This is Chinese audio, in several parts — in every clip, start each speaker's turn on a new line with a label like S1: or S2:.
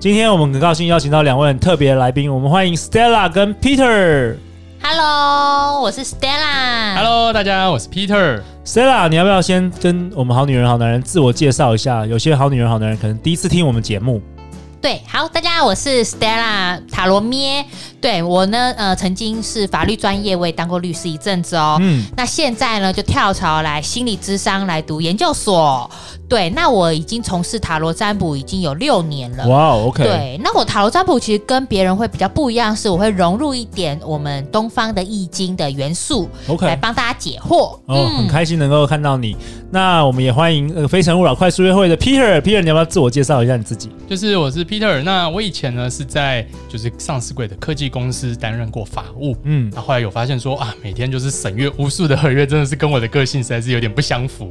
S1: 今天我们很高兴邀请到两位很特别的来宾，我们欢迎 Stella 跟 Peter。
S2: Hello，我是 Stella。
S3: Hello，大家，我是 Peter。
S1: Stella，你要不要先跟我们好女人、好男人自我介绍一下？有些好女人、好男人可能第一次听我们节目，
S2: 对，好，大家好，我是 Stella 塔罗咩。对我呢，呃，曾经是法律专业，我也当过律师一阵子哦。
S1: 嗯，
S2: 那现在呢，就跳槽来心理智商来读研究所。对，那我已经从事塔罗占卜已经有六年了。
S1: 哇、哦 o k
S2: 对，那我塔罗占卜其实跟别人会比较不一样，是我会融入一点我们东方的易经的元素
S1: OK
S2: 来帮大家解惑。
S1: 哦，很开心能够看到你。那我们也欢迎呃非诚勿扰快速约会的 Peter。Peter，你要不要自我介绍一下你自己？
S3: 就是我是 Peter。那我以前呢是在就是上市柜的科技公司担任过法务，
S1: 嗯
S3: 那后来有发现说啊，每天就是审阅无数的合约，真的是跟我的个性实在是有点不相符。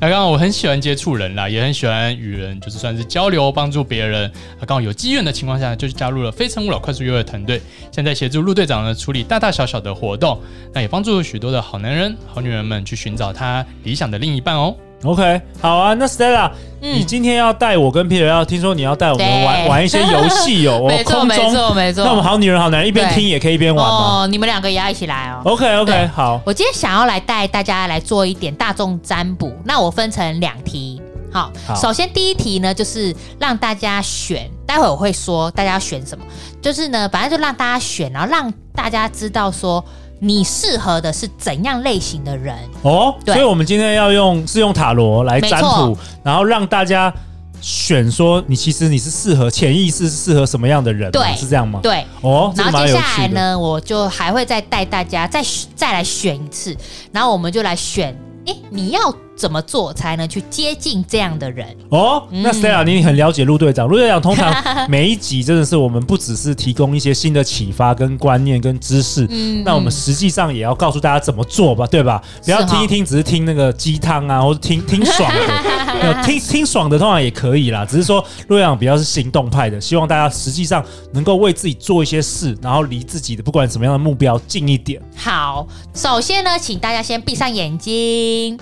S3: 那刚好我很喜欢接触人啦，也很喜欢与人就是算是交流，帮助别人。那刚好有机缘的情况下，就是加入了非诚勿扰快速约会团队，现在协助陆队长呢处理大大小小的活动，那也帮助许多的好男人、好女人们去寻找他理想的另一半哦。
S1: ，OK，好啊。那 Stella，
S2: 嗯
S1: 你今天要带我跟 Peter 要听说你要带我们
S2: 对
S1: 玩玩一些游戏哦，我
S2: 没错，
S1: 空
S2: 没
S1: 中，
S2: 错，没错。
S1: 那我们好女人好男人一边
S2: 对
S1: 听也可以一边玩嘛。
S2: 哦，你们两个也要一起来哦。
S1: OK OK，
S2: 对
S1: 好，
S2: 我今天想要来带大家来做一点大众占卜，那我分成两题。好，
S1: 好
S2: 首先第一题呢，就是让大家选，待会我会说大家要选什么，就是呢，反正就让大家选，然后让大家知道说你适合的是怎样类型的人。
S1: 哦，
S2: 对
S1: 所以我们今天要用是用塔罗来占
S2: 没
S1: 卜
S2: 错，
S1: 然后让大家选说你其实你是适合潜意识是适合什么样的人嘛，
S2: 对
S1: 是这样吗？，
S2: 对，
S1: 哦，这
S2: 然后
S1: 个蛮
S2: 接
S1: 有
S2: 下来
S1: 趣的。
S2: 呢，我就还会再带大家再再来选一次，然后我们就来选，诶，你要怎么做才能去接近这样的人？
S1: 哦，那
S2: 嗯
S1: Stella，你很了解陆队长。陆队长 通常每一集真的是我们不只是提供一些新的启发、跟观念、跟知识，
S2: 嗯
S1: 那我
S2: 嗯
S1: 们实际上也要告诉大家怎么做吧，对吧？不要
S2: 是哈
S1: 听一听，只是听那个鸡汤啊，或者听听 爽的，没有听听爽的通常也可以啦。只是说陆队长比较是行动派的，希望大家实际上能够为自己做一些事，然后离自己的不管什么样的目标近一点。
S2: 好，首先呢，请大家先闭上眼睛，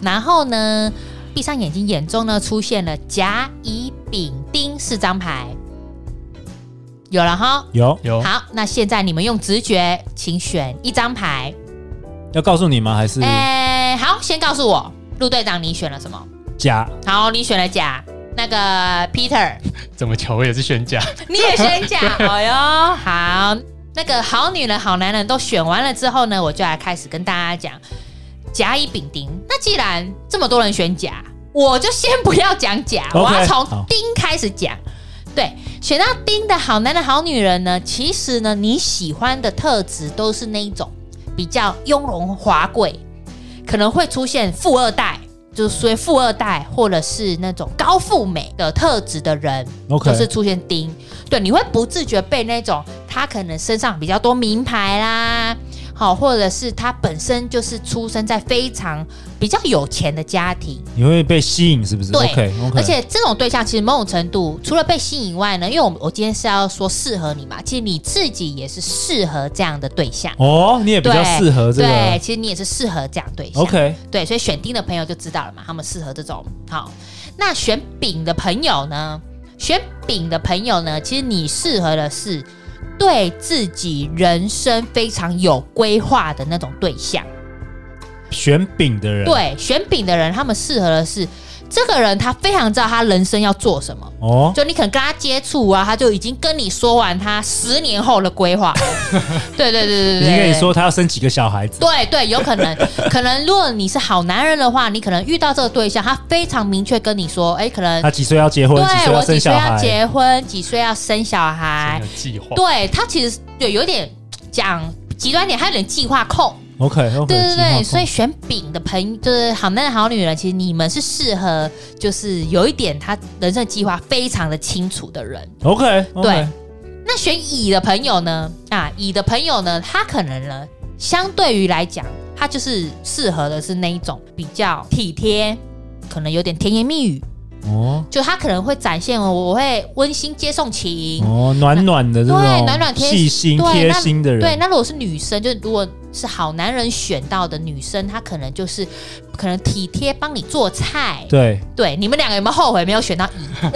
S2: 然后呢，闭上眼睛，眼中呢出现了甲、乙、丙、丁四张牌，有了哈。
S1: 有
S3: 有
S2: 好，那现在你们用直觉，请选一张牌。
S1: 要告诉你吗？还是
S2: 哎、好，先告诉我，陆队长你选了什么？
S1: 假？
S2: 好，你选了甲，那个 Peter
S3: 怎么巧，我也是选假。
S2: 你也选甲，好哟，好。那个好女人、好男人都选完了之后呢，我就来开始跟大家讲甲乙丙丁。那既然这么多人选甲，我就先不要讲甲
S1: OK，
S2: 我要
S1: 好
S2: 从丁开始讲。对，选到丁的好男人、好女人呢，其实呢，你喜欢的特质都是那一种比较雍容华贵，可能会出现富二代，就是所谓富二代或者是那种高富美的特质的人。
S1: OK
S2: 就是出现丁，对，你会不自觉被那种他可能身上比较多名牌啦，好，或者是他本身就是出生在非常比较有钱的家庭，
S1: 你会被吸引是不是
S2: 对
S1: ？OK OK，
S2: 而且这种对象其实某种程度除了被吸引以外呢，因为我们我今天是要说适合你嘛，其实你自己也是适合这样的对象，
S1: 哦，你也比较
S2: 对
S1: 适合这
S2: 对，
S1: 个。
S2: 其实你也是适合这样对象。
S1: OK，
S2: 对，所以选丁的朋友就知道了嘛，他们适合这种。好，那选丙的朋友呢？选丙的朋友呢，其实你适合的是对自己人生非常有规划的那种对象。
S1: 选丙的人，，
S2: 对，选丙的人，他们适合的是这个人，他非常知道他人生要做什么。
S1: 哦，
S2: 就你可能跟他接触啊，他就已经跟你说完他十年后的规 划。对对对对对
S1: 已经
S2: 对，
S1: 跟你说他要生几个小孩子，
S2: 对对，有可能， 可能如果你是好男人的话，你可能遇到这个对象，他非常明确跟你说，哎，可能
S1: 他几岁要结婚，几岁
S2: 对
S1: 要
S2: 我
S1: 生
S2: 几岁
S1: 小
S2: 要
S1: 孩，
S2: 结婚，几岁要生小孩
S3: 有，计划。
S2: 对他其实有有点讲极端点，他有点计划控，
S1: OK OK，
S2: 对对对，所以选丙的朋友就是好男人、好女人，其实你们是适合，就是有一点他人生计划非常的清楚的人。
S1: OK
S2: 对，那选乙的朋友呢？啊，乙的朋友呢，他可能呢，相对于来讲，他就是适合的是那一种比较体贴，可能有点甜言蜜语，
S1: 哦
S2: 就他可能会展现哦我会温馨接送情。
S1: 哦，暖暖的这种
S2: 对暖暖贴
S1: 细心
S2: 对
S1: 贴
S2: 那
S1: 心的人，
S2: 对，那如果是女生，就是如果是好男人选到的女生，她可能就是可能体贴帮你做菜。
S1: 对，
S2: 对，你们两个有没有后悔没有选到乙？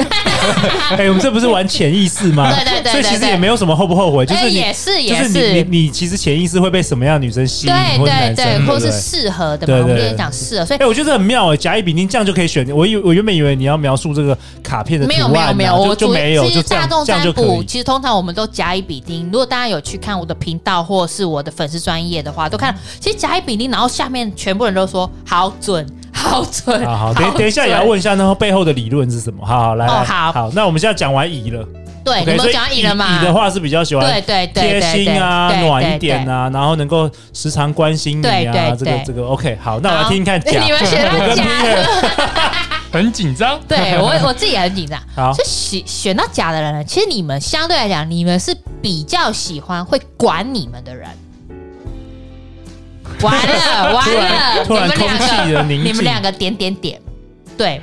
S1: 哎，我们这不是玩潜意识吗？
S2: 啊 对对对对
S1: 所以其实
S2: 对
S1: 也没有什么后不后悔，就
S2: 哎
S1: 是你
S2: 也是
S1: 就
S2: 也
S1: 是你你你其实潜意识会被什么样的女生吸引，
S2: 对
S1: 或者
S2: 对
S1: 男
S2: 对
S1: 生，，
S2: 或
S1: 对
S2: 是
S1: 不对
S2: 适合的嘛。
S1: 对
S2: 我们
S1: 对
S2: 跟
S1: 对
S2: 你讲适合，所以
S1: 哎、我觉得很妙哎、甲乙丙丁这样就可以选。我以我原本以为你要描述这个卡片的
S2: 没有
S1: 图
S2: 没
S1: 案啊
S2: 有没有，
S1: 就
S2: 我
S1: 就
S2: 主
S1: 没有，
S2: 其
S1: 就
S2: 实
S1: 这
S2: 大
S1: 样
S2: 众
S1: 这样
S2: 占
S1: 就可
S2: 卜
S1: 以。
S2: 其实通常我们都甲乙丙丁。如果大家有去看我的频道或者是我的粉丝专业的话，都
S1: 嗯
S2: 看其实甲乙丙丁，然后下面全部人都说好准，好准。
S1: 啊好好，等等一下也要
S2: 准
S1: 问一下，那后背后的理论是什么？好好来，
S2: 哦
S1: 来
S2: 好
S1: 好，那我们现在讲完乙了
S2: 对，你
S1: ，OK，
S2: 们
S1: 所以
S2: 讲到乙了嘛？
S1: 乙的话是比较喜
S2: 对
S1: 欢
S2: 对对对
S1: 贴心
S2: 对，
S1: 啊、
S2: 对
S1: 暖一点。啊，然后能够时常关心你
S2: 对
S1: 啊，
S2: 对
S1: 这个
S2: 对
S1: 这个 OK。好，
S2: 对
S1: 那我来
S2: 好
S1: 听听看 甲
S2: 你，们选
S1: 我
S2: 到
S1: 跟
S2: 甲
S1: p，e
S3: 很紧张。
S2: 对我我自己也很紧张。
S1: 好
S2: 所以选选到甲的人呢，其实你们相对来讲，你们是比较喜欢会管你们的人。完了完了，
S1: 突
S2: 你们
S1: 然
S2: 两
S1: 空气的
S2: 个，
S1: 宁静
S2: 你们两个点点点，对，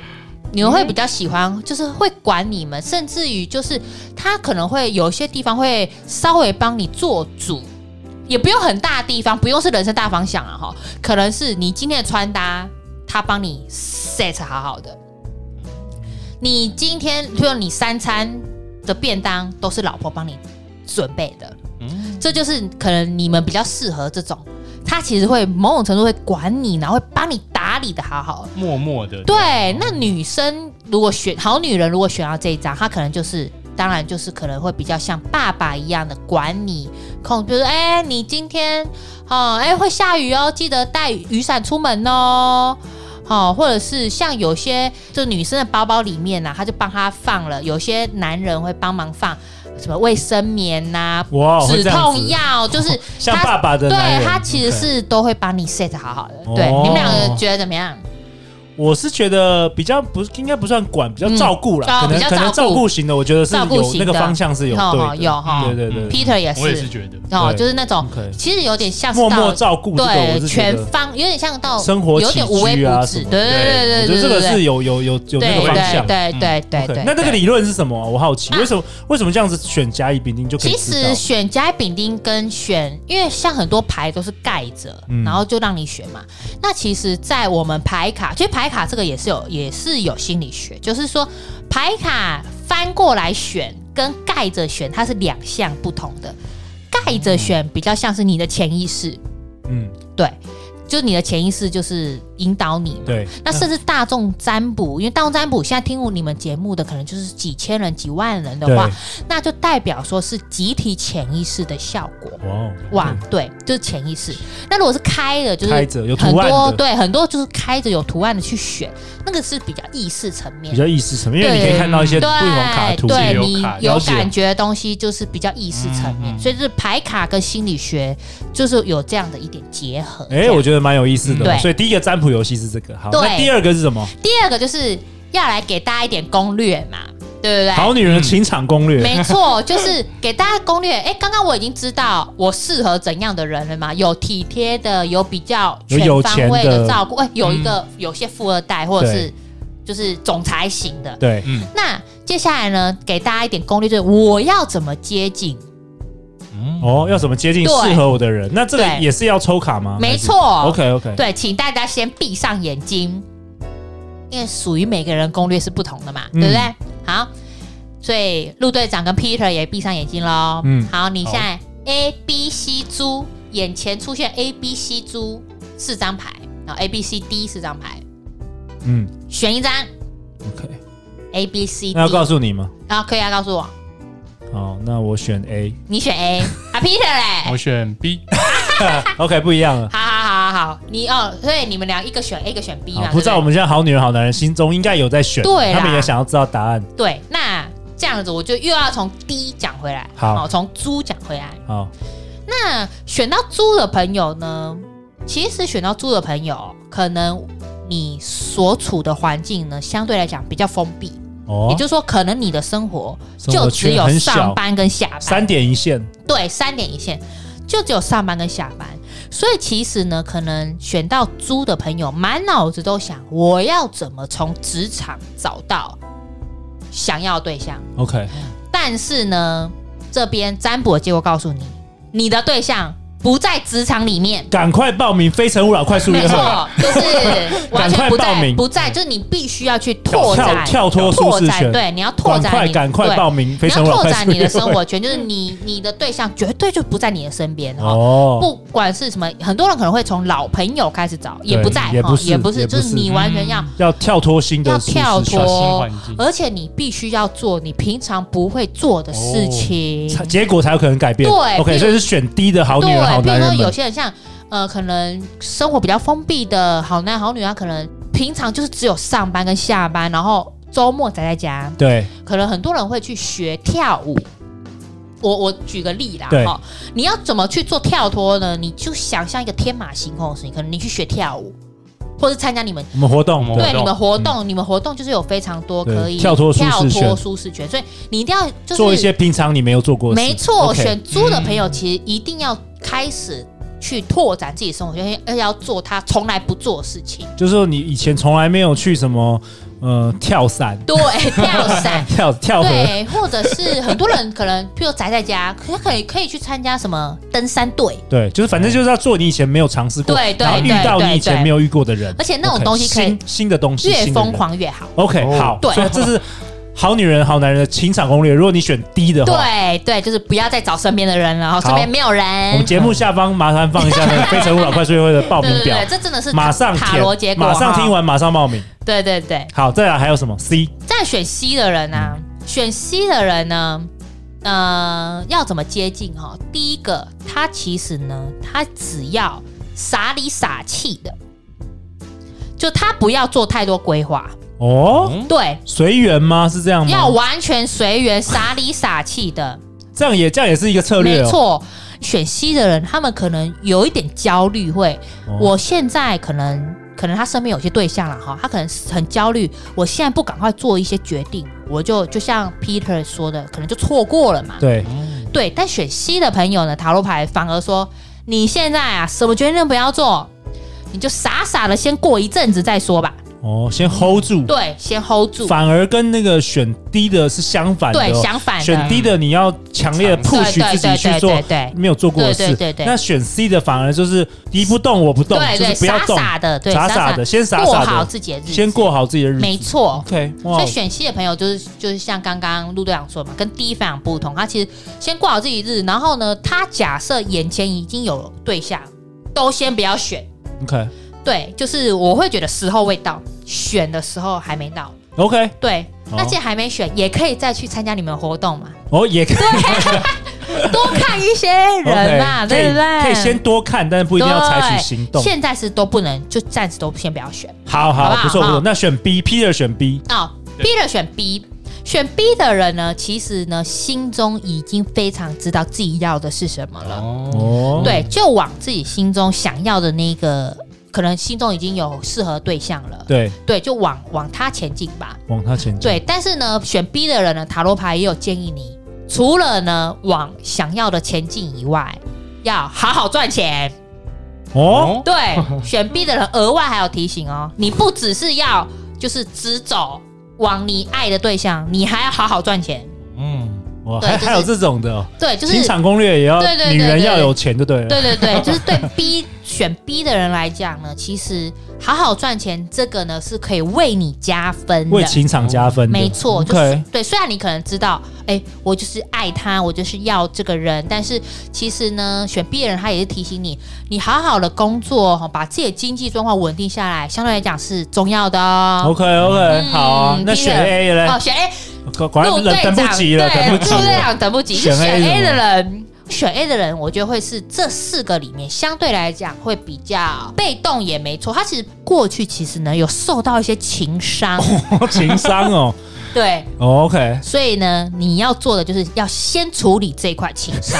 S2: 你们会比较喜欢，就是会管你们，甚至于就是他可能会有一些地方会稍微帮你做主。也不用很大的地方，不用是人生大方向啊，哈，可能是你今天的穿搭，他帮你 set 好好的。你今天，譬如你三餐的便当都是老婆帮你准备的，
S3: 嗯，
S2: 这就是可能你们比较适合这种。他其实会某种程度会管你，然后会帮你打理的好好的。
S3: 默默的。
S2: 对，那女生如果选好女人，如果选到这一张，她可能就是，当然就是可能会比较像爸爸一样的管你控，就是哎、你今天哦，哎、会下雨哦，记得带雨伞出门哦。哦，或者是像有些就女生的包包里面呐、啊，她就帮她放了；有些男人会帮忙放什么卫生棉啊呐、
S1: 哇，哦会
S2: 止
S1: 这样
S2: 痛
S1: 子，哦
S2: 药，就是
S1: 像
S2: 他
S1: 爸爸的男人
S2: 对他其实
S1: OK
S2: 是都会帮你 set 好好的。对，
S1: 哦
S2: 你们两个觉得怎么样？
S1: 我是觉得比较不应该不算管，比较照顾啦，
S2: 嗯哦
S1: 可
S2: 比
S1: 能
S2: 较
S1: 可能
S2: 照
S1: 照
S2: 顾
S1: 顾型的，我觉得是
S2: 照顾
S1: 有
S2: 型
S1: 那
S2: 的
S1: 个方向是有
S2: 有哈
S1: 对的，
S2: 有哦哈
S1: 对对对对，
S2: ，Peter 也
S3: 我也是
S2: 是，
S3: 觉得，
S2: 哦，
S1: 对
S2: 就是那种
S1: OK
S2: 其实有点像是
S1: 默默
S2: 到
S1: 照顾这个，我
S2: 对
S1: 是觉
S2: 全
S1: 得
S2: 方，有点像到
S1: 生活
S2: 有点无微
S1: 起居啊
S2: 不
S1: 什
S2: 至，
S1: 么
S2: 对
S1: 的
S2: 对对对
S1: 我觉得
S2: 对
S1: 这个是
S2: 对。
S1: 有有有有那
S2: 对
S1: 个方向。嗯
S2: 对对对
S1: OK，
S2: 对，
S1: 那这个
S2: 对
S1: 理论是什么啊？我好奇，
S2: 啊
S1: 为什么为什么这样子选甲乙丙丁就可以
S2: 其
S1: 知道
S2: 实？选甲乙丙丁跟选，因为像很多牌都是盖着，
S1: 嗯
S2: 然后就让你选嘛。那其实，在我们牌卡，其实牌卡这个也是有也是有心理学，就是说牌卡翻过来选跟盖着选，它是两项不同的。盖着选比较像是你的潜意识，
S1: 嗯，
S2: 对，就你的潜意识就是引导你嘛。
S1: 对，
S2: 那甚至大众占卜，因为大众占卜现在听过你们节目的可能就是几千人、几万人的
S1: 对，
S2: 话
S1: 哇，
S2: 那就代表说是集体潜意识的效果。
S1: 哦，
S2: 哇，对，就是潜意识。那如果是开的，就是
S1: 开着有
S2: 很
S1: 图案
S2: 多
S1: 的
S2: 对很多就是开着有图案的去选，那个是比较意识层面
S1: 比。较意识层面，因为你可以看到一些不同卡图，
S2: 对
S3: 有
S2: 你
S3: 卡
S2: 有
S1: 了解
S2: 感觉的东西，就是比较意识层面，
S3: 嗯嗯
S2: 所以就是牌卡跟心理学就是有这样的一点结合。
S1: 哎，我觉得蛮有意思
S3: 嗯
S1: 的。
S2: 对
S1: 所以第一个占卜游戏是这个，好，
S2: 对
S1: 那第二个是什么？
S2: 第二个就是要来给大家一点攻略嘛，对不嗯对？
S1: 好女人的情场攻略，
S2: 没错，就是给大家攻略。哎、刚刚我已经知道我适合怎样的人了嘛，有体贴的，有比较全方位
S1: 有有钱的嗯
S2: 的照顾。哎、有一个、有些富二代或者是
S1: 对
S2: 就是总裁型的。
S1: 对，
S3: 嗯
S2: 那接下来呢，给大家一点攻略，就是我要怎么接近。
S3: 嗯，
S1: 哦，要怎么接近
S2: 对
S1: 适合我的人？那这个
S2: 对
S1: 也是要抽卡吗？
S2: 没错
S1: ，OK OK，
S2: 对，请大家先闭上眼睛，因为属于每个人攻略是不同的嘛，
S1: 嗯
S2: 对不对？好，所以陆队长跟 Peter 也闭上眼睛喽。
S1: 嗯
S2: 嗯，好，你现在 A B C 猪眼前出现 A B C 猪四张牌，然后 A B C D 四张牌，
S1: 嗯
S2: 选一张
S1: ，OK，
S2: A B C
S1: 那要告
S2: D，
S1: 诉你吗？
S2: 然后可以要告诉我，
S1: 好，那我选 A。
S2: 你选 A 啊，Peter
S3: 我
S2: 嘞。
S3: 选 B，
S2: 啊
S1: OK，不一样了。
S2: 好好好好好，你哦，所以你们俩一个选 A，一个选 B
S1: 好
S2: 嘛，
S1: 啊不知道我
S2: 对
S1: 们现在好女人、好男人心中应该有在选，
S2: 对啦
S1: 他们也想要知道答案。
S2: 不对对，那这样子我就又要从 D 讲回来，
S1: 好
S2: 哦从猪讲回来。
S1: 好，
S2: 那选到猪的朋友呢，其实选到猪的朋友，可能你所处的环境呢，相对来讲比较封闭，也
S1: 哦，
S2: 就是说，可能你的生活
S1: 生活
S2: 就只
S1: 圈
S2: 有
S1: 很
S2: 上
S1: 小
S2: 班跟下班，
S1: 三点一线，
S2: 对，三点一线，就只有上班跟下班。所以其实呢，可能选到猪的朋友，满脑子都想我要怎么从职场找到想要的对象。
S1: OK，
S2: 但是呢，这边占卜的结果告诉你，你的对象不在职场里面。
S1: 赶快报名《非诚勿扰》快速
S2: 没
S1: 约会，
S2: 错， 就是完全不
S1: 赶快报
S2: 在
S1: 名
S2: 不在，就是你必须要去拓展、
S1: 跳跳脱舒适圈
S2: 拓展对，你要拓
S1: 赶
S2: 展
S1: 快
S2: 你
S1: 赶快
S2: 对
S1: 报名《非
S2: 你
S1: 诚
S2: 要
S1: 勿扰》
S2: 拓
S1: 快
S2: 展
S1: 速
S2: 你
S1: 约
S2: 的生
S1: 会。
S2: 活 圈，就是你你的对象绝对就不在你的身边哦。
S1: 哦，
S2: 不管是什么，很多人可能会从老朋友开始找，也
S1: 对
S2: 不在
S1: 也
S2: 哈
S1: 不是
S2: 也不
S1: 也
S2: 是，
S1: 不
S2: 就是
S1: 是
S2: 你完全要
S3: 嗯
S1: 要跳脱新的
S2: 要
S1: 舒适
S2: 跳
S3: 小心
S2: 脱
S3: 环境，
S2: 而且你必须要做你平常不会做的事情。
S1: 才结果才有可能改变。
S2: 对比
S1: ，OK，
S2: 如
S1: 所以是选低的好女
S2: 对，
S1: 人、好
S2: 比
S1: 男
S2: 如
S1: 人
S2: 说有
S1: 们。
S2: 些人像呃，可能生活比较封闭的好男好女，啊他可能平常就是只有上班跟下班，然后周末宅在家。
S1: 对，
S2: 可能很多人会去学跳舞。我我举个例啦，
S1: 对
S2: 哈，你要怎么去做跳脱呢？你就想象一个天马行空的事情，可能你去学跳舞，或者参加你们
S1: 我们活动，嗯
S3: 我们活
S2: 对
S3: 动
S2: 你们活动，你们活动就是有非常多
S1: 对
S2: 可以
S1: 跳脱舒适
S2: 跳脱
S1: 圈
S2: 舒适圈，所以你一定要就是
S1: 做一些平常你没有做过的事。
S2: 没错，
S1: OK，嗯
S2: 选猪的朋友其实一定要开始去拓展自己生活圈，而且要做他从来不做的事 情，
S1: 就是说你以前从来没有去什么呃跳伞、
S2: 对，跳伞，
S1: 跳跳河，
S2: 对，或者是很多人可能，譬如宅在家，可可以可以去参加什么登山队，
S1: 对，就是反正就是要做你以前没有尝试过，
S2: 对对
S1: 然后遇
S2: 对
S1: 到
S2: 对
S1: 你以前
S2: 对
S1: 没有遇过的人，
S2: 而且那种
S1: OK，
S2: 东西可以
S1: 新新的东西，
S2: 越
S1: 新的
S2: 疯
S1: 人。
S2: 狂越好。
S1: OK，
S3: 哦
S1: 好，
S2: 对
S1: 所以这是好女人、好男人的情场攻略。如果你选低的话，
S2: 对对，就是不要再找身边的人了，然后身边没有
S1: 我们
S2: 人。
S1: 节目下方麻烦放一下那个《非诚勿扰》快速约会的报
S2: 对
S1: 名
S2: 对
S1: 表
S2: 对，，这真的是
S1: 马上
S2: 塔
S1: 填
S2: 罗结，果，
S1: 马上听。完马上报名。
S2: 对对对，
S1: 好，再来还有什么 C？
S2: 再选 C 的人啊，选 C 的人呢，呃，要怎么接近哈、第一个，他其实呢，他只要傻里傻气的，就他不要做太多规划，
S1: 哦，
S3: 嗯
S2: 对，
S1: 随缘吗？是这样吗？
S2: 要完全随缘、傻里傻气的，
S1: 这样也这样也是一个策略
S2: 没
S1: 哦。
S2: 错。选 C 的人，他们可能有一点焦虑，会、
S1: 哦
S2: 我现在可能可能他身边有些对象了哈，他可能很焦虑，我现在不赶快做一些决定，我就就像 Peter 说的，可能就错过了嘛。
S1: 对，
S2: 对但选 C 的朋友呢，塔罗牌反而说，你现在啊什么决定都不要做，你就傻傻的先过一阵子再说吧。
S1: 哦，先 hold 住，
S2: 对，先 hold 住。
S1: 反而跟那个选低的是相反的哦。
S2: 对，相反的。
S1: 选低的你要强烈的
S3: 对
S1: push 自己去做
S2: 对对对对
S1: 没有做过的
S2: 对
S1: 事
S2: 对对，对
S1: 那选 C 的反而就是敌不动我不动，
S2: 对
S1: 就
S2: 对，
S1: 是不要
S2: 傻
S1: 动，
S2: 傻的，对，
S1: 傻傻
S2: 傻
S1: 的先傻
S2: 过
S1: 傻
S2: 好
S1: 的，
S2: 自己的日子，
S1: 先过好自己的日子。
S2: 没错。
S1: OK，
S2: 所
S1: 哇
S2: 以，选 C 的朋友就是就是像刚刚陆队长说嘛，跟第一非常不同。他其实先过好自己的日子，然后呢，他假设眼前已经有对象，都先不要选。
S1: OK
S2: 对，就是我会觉得时候未到，选的时候还没到。
S1: OK，
S2: 对，
S1: 哦
S2: 那既然还没选，也可以再去参加你们活动嘛，
S1: 哦也可以
S2: 多看一些人嘛，
S1: 哦 OK，
S2: 对不对？
S1: 可以可以先多看，但是不一定要采取行动
S2: 对。现在是都不能，就暂时都先不要选。好
S1: 好好
S2: 不，好
S1: 不错不
S2: 好
S1: 错。那选 B，Peter 选 B，
S2: 哦
S3: 对
S2: ，B 的选 B，选 B 的人呢，其实呢心中已经非常知道自己要的是什么了，
S3: 哦，
S1: 哦，
S2: 对，就往自己心中想要的那个，可能心中已经有适合对象了，
S1: 对，
S2: 对，就往往他前进吧。
S1: 往他前进。
S2: 对，但是呢，选 B 的人呢，塔罗牌也有建议你，除了呢往想要的前进以外，要好好赚钱。
S1: 哦，
S2: 对，选 B 的人额外还有提醒 哦，你不只是要就是直走往你爱的对象，你还要好好赚钱。
S3: 嗯，
S1: 哇，
S2: 对
S1: 还
S2: 就是
S1: 还有这种的哦，
S2: 对，就是
S1: 情场攻略也要
S2: 对对对
S1: 女人
S2: 对
S1: 要有钱就对了。
S2: 对对 对，就是对 B 选 B 的人来讲呢，其实好好赚钱这个呢是可以为你加分
S1: 为
S2: 的。
S1: 情场加分的，
S2: 没错，就是
S1: OK，
S2: 对。虽然你可能知道，哎、我就是爱他，我就是要这个人，但是其实呢，选 B 的人他也是提醒你，你好好的工作，哈把自己的经济状况稳定下来，相对来讲是重要的哦。
S1: OK OK，
S2: 嗯
S1: 好啊，那
S2: 第一
S1: 选
S2: 个
S1: A 嘞
S2: 哦，，选 A
S1: 果果
S2: 陆
S1: 然
S2: 队长
S1: 等等不及了，
S2: 对
S1: 等不及
S2: 陆队
S1: 了。
S2: 长等不及，
S1: 选
S2: 选
S1: A 什
S2: A
S1: 么
S2: 的人。选 A 的人，我觉得会是这四个里面相对来讲会比较被动，
S1: 哦
S2: 也没错。他其实过去其实呢有受到一些情伤，
S1: 情商哦，
S2: 对，
S1: 哦 OK，
S2: 所以呢，你要做的就是要先处理这一块情商，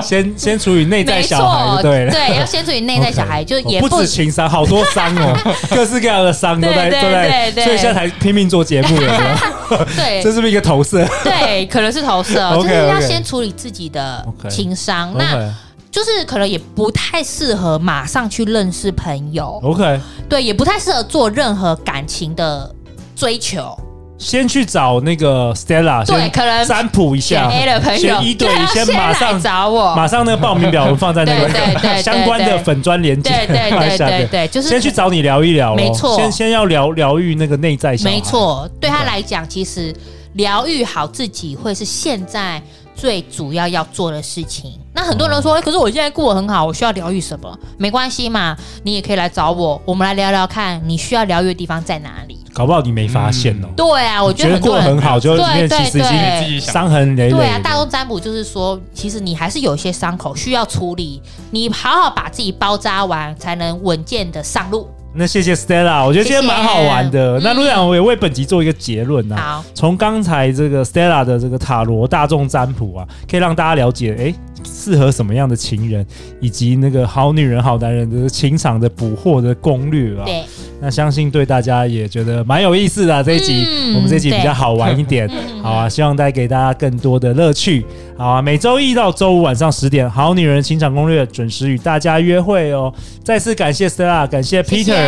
S1: 先 先处理 内在
S2: 没
S1: 小孩
S2: 错，
S1: 就对了。
S2: 要先处理内在小孩，
S1: OK
S2: 就也
S1: 哦不止情伤，好多伤 哦，各式各样的伤都在
S2: 对对
S1: 都在，
S2: 对对
S1: 所以现在才拼命做节目了，
S2: 对
S1: 这是不是一个投射
S2: 对，可能是投射，哦就
S1: OK，OK
S2: 是要先处理自己的
S1: OK
S2: 情商，那
S1: ？OK
S2: 就是可能也不太适合马上去认识朋友，
S1: OK，
S2: 对，也不太适合做任何感情的追求，
S1: 先去找那个 Stella，
S2: 对
S1: 先
S2: 可能
S1: 占卜一
S2: 选
S1: 下
S2: A 哎的朋友
S1: 先啊一对
S2: 对
S1: 一，
S2: 要
S1: 先马
S2: 来
S1: 上
S2: 找我，
S1: 马上那个报名表我们放在那
S2: 对对对对
S1: 个
S2: 对
S1: 相关的粉砖连接，
S2: 对对
S1: 放
S2: 对
S1: 下
S2: 对
S1: 面
S2: 对，就是
S1: 先去找你聊一聊咯，哦
S2: 没错
S1: 先先要疗疗愈那个内在小孩，
S2: 没，错，对他
S1: 对
S2: 来讲，其实疗愈好自己会是现在最主要要做的事情。那很多人说，欸可是我现在过得很好，我需要疗愈什么？没关系嘛，你也可以来找我，我们来聊聊看你需要疗愈的地方在哪里。
S1: 搞不好你没发现哦，
S2: 对啊，我觉
S1: 觉
S2: 得很
S1: 得
S2: 多
S1: 过得
S2: 人
S1: 很好，就里面其实
S2: 对
S1: 已
S2: 对
S1: 经
S3: 自己想
S1: 伤痕累累，
S2: 对啊，大众占卜就是说，其实你还是有一些伤口需要处理，你好好把自己包扎完，才能稳健的上路。
S1: 那谢谢 Stella，我觉得今天蛮好玩的。
S2: 谢谢
S1: 那
S2: 嗯
S1: 陆长我也为本集做一个结论啊。
S2: 好，
S1: 从刚才这个 Stella 的这个塔罗大众占卜啊，可以让大家了解，诶，适合什么样的情人，以及那个好女人、好男人的情场的捕获的攻略啊。
S2: 对，
S1: 那相信对大家也觉得蛮有意思的啊、这一集，
S2: 嗯
S1: 我们这一集比较好玩一点，好啊，希望带给大家更多的乐趣，好啊，每周一到周五晚上十点，《好女人情场攻略》准时与大家约会哦。再次感谢 Stella，感谢
S2: 谢
S1: Peter，
S2: 谢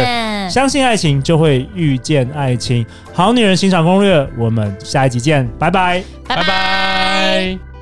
S1: 相信爱情就会遇见爱情，《好女人情场攻略》，我们下一集见，拜拜。
S2: 拜
S3: 拜
S2: 拜。
S3: 拜